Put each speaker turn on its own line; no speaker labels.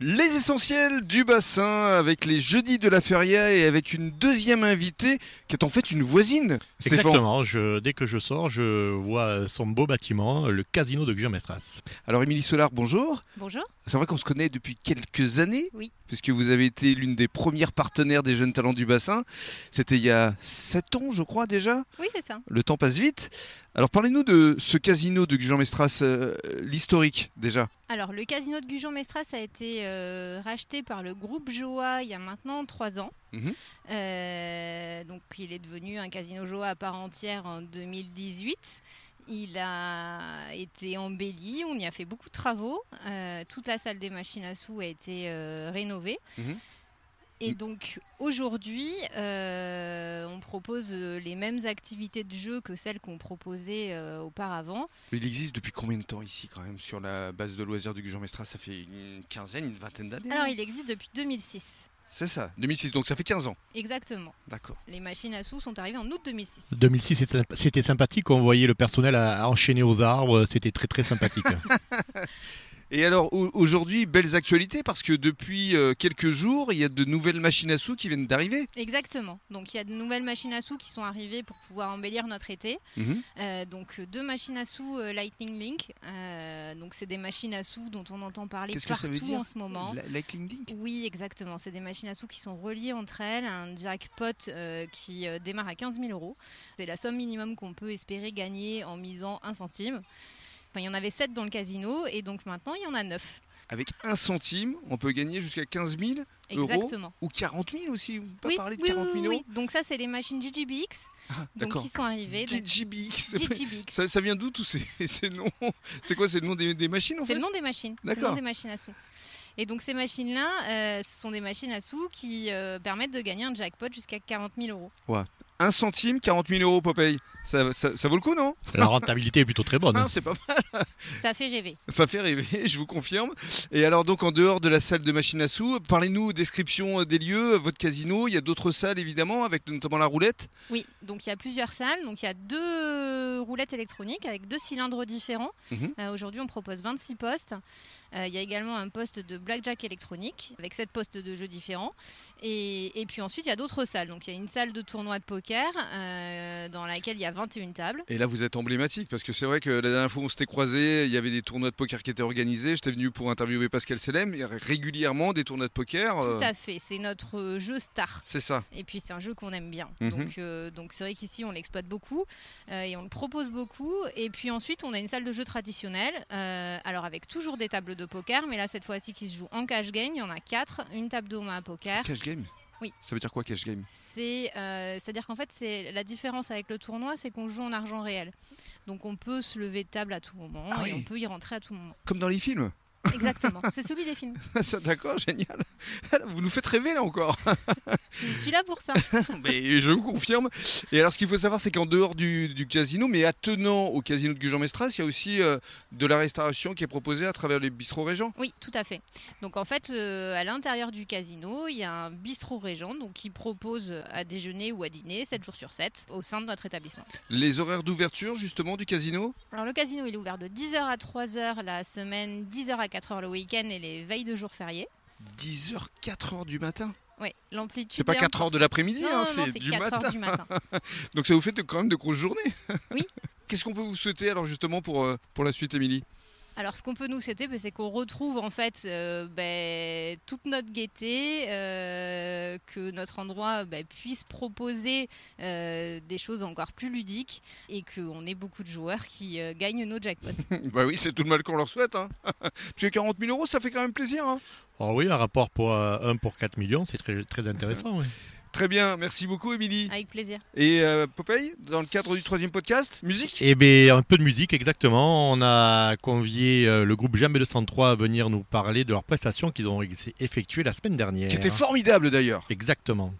Les essentiels du bassin avec les jeudis de la feria et avec une deuxième invitée qui est en fait une voisine. Stéphane.
Exactement, je, dès que je sors, je vois son beau bâtiment, le casino de Guillaume-Estras.
Alors Émilie Solar, bonjour.
Bonjour.
C'est vrai qu'on se connaît depuis quelques années.
Oui.
Puisque vous avez été l'une des premières partenaires des jeunes talents du bassin. C'était il y a 7 ans, je crois déjà.
Oui, c'est ça.
Le temps passe vite. Alors parlez-nous de ce casino de Gujan-Mestras, euh, l'historique déjà.
Alors, le casino de Gujan-Mestras a été euh, racheté par le groupe Joa il y a maintenant trois ans.
Mhm.
Euh, donc, il est devenu un casino Joa à part entière en 2018. Il a été embelli, on y a fait beaucoup de travaux. Euh, toute la salle des machines à sous a été euh, rénovée.
Mhm.
Et
Mm.
donc aujourd'hui, euh, on propose euh, les mêmes activités de jeu que celles qu'on proposait euh, auparavant.
Il existe depuis combien de temps ici quand même sur la base de loisirs de Gujan-Mestras Ça fait une quinzaine, une vingtaine d'années.
Alors, il existe depuis 2006.
C'est ça, 2006, donc ça fait 15 ans.
Exactement.
D'accord.
Les machines à sous sont arrivées en août 2006.
2006, c'était sympa- c'était sympathique, on voyait le personnel à- à enchaîner aux arbres, c'était très très sympathique.
Et alors au- aujourd'hui, belles actualités parce que depuis euh, quelques jours, il y a de nouvelles machines à sous qui viennent d'arriver.
Exactement. Donc, il y a de nouvelles machines à sous qui sont arrivées pour pouvoir embellir notre été. Euh, donc, euh, deux machines à sous euh, Lightning Link. Euh, donc, c'est des machines à sous dont on entend parler
Qu'est-ce que ça
partout
veut dire
en ce moment.
La, la Cling Ding
Oui, exactement. C'est des machines à sous qui sont reliées entre elles. Un jackpot euh, qui euh, démarre à 15 000 euros. C'est la somme minimum qu'on peut espérer gagner en misant un centime. Enfin, il y en avait 7 dans le casino et donc maintenant il y en a 9.
Avec un centime, on peut gagner jusqu'à 15 000 Euros
Exactement.
ou 40 000 aussi. On peut pas
oui,
parler de
oui,
40 000
oui, oui,
euros.
oui. Donc ça, c'est les machines GGBX donc,
D'accord.
qui sont arrivées. donc
DJBX.
GGBX.
Ça, ça vient d'où tous ces, ces noms C'est quoi C'est le nom des, des machines en
C'est
fait
le nom des machines. C'est le
D'accord.
nom des machines à sous. Et donc ces machines-là, euh, ce sont des machines à sous qui euh, permettent de gagner un jackpot jusqu'à 40 000 euros.
Un centime, 40 000 euros, Popeye. Ça, ça- ça vaut le coup, non
La rentabilité est plutôt très bonne.
Hein, C'est pas
Ça fait rêver.
Ça fait rêver, je vous confirme. Et alors donc en dehors de la salle de machines à sous, parlez-nous description euh, des lieux, euh, votre casino, il y a d'autres salles évidemment avec notamment la roulette.
Oui, donc il y a plusieurs salles. Donc il y a deux roulettes électroniques avec deux cylindres différents.
Mhm.
Euh, Aujourd'hui, on propose 26 postes. Euh, il y a également un poste de blackjack électronique avec 7 postes de jeux différents. Et, et puis ensuite, il y a d'autres salles. Donc il y a une salle de tournoi de poker euh, dans laquelle il y a 21 tables.
Et là vous êtes emblématique parce que c'est vrai que la dernière fois on s'était croisés, il y avait des tournois de poker qui étaient organisés, j'étais venu pour interviewer Pascal Selem, il y a régulièrement des tournois de poker. euh,
Tout à fait, c'est notre euh, jeu star.
C'est ça.
Et puis c'est un jeu qu'on aime bien.
Mhm.
Donc euh, donc c'est vrai qu'ici on l'exploite beaucoup euh, et on le propose beaucoup. Et puis ensuite on a une salle de jeu traditionnelle, euh, alors avec toujours des tables de poker, mais là cette fois-ci qui se joue en cash game, il y en a quatre, une table d'Oma à poker.
Cash game
Oui.
Ça veut dire quoi cash game
C'est euh, c'est-à-dire qu'en fait c'est la différence avec le tournoi, c'est qu'on joue en argent réel. Donc on peut se lever de table à tout moment
Ah
et
oui.
on peut y rentrer à tout moment.
Comme dans les films.
Exactement. c'est celui des films.
ça d'accord, génial. Vous nous faites rêver là encore.
Je suis là pour ça.
Mais je vous confirme. Et alors, ce qu'il faut savoir, c'est qu'en dehors du, du casino, mais attenant au casino de Gujan-Mestras, il y a aussi euh, de la restauration qui est proposée à travers les bistrots régents.
Oui, tout à fait. Donc en fait, euh, à l'intérieur du casino, il y a un bistrot régent donc, qui propose à déjeuner ou à dîner 7 jours sur 7 au sein de notre établissement.
Les horaires d'ouverture, justement, du casino
Alors le casino, il est ouvert de 10h à 3h la semaine, 10h à 4h le week-end et les veilles de jours fériés.
10h, 4h du matin.
Oui, l'amplitude...
C'est pas
est
4h de l'après-midi,
importante.
hein,
Non, non,
c'est
c'est
du
4
matin.
heures du matin.
Donc, ça vous fait de- quand même de grosses journées.
Oui.
Qu'est-ce qu'on peut vous souhaiter, alors, justement, pour, euh, pour la suite, Émilie
Alors ce qu'on peut nous souhaiter, ben, c'est qu'on retrouve en fait euh, ben, toute notre gaieté, euh, que notre endroit ben, puisse proposer euh, des choses encore plus ludiques et qu'on ait beaucoup de joueurs qui euh, gagnent nos jackpots.
Bah oui, c'est tout le mal qu'on leur souhaite. Hein. Parce que 40 000 euros, ça fait quand même plaisir. hein.
Oh oui, un rapport pour 1 pour 4 millions, c'est très, très intéressant. oui.
Très bien, merci beaucoup, Émilie.
Avec plaisir.
Et euh, Popeye, dans le cadre du troisième podcast, musique
Eh bien, un peu de musique, exactement. On a convié euh, le groupe Jamais 203 à venir nous parler de leurs prestations qu'ils ont ex- effectuées la semaine dernière.
Qui était formidable d'ailleurs.
Exactement.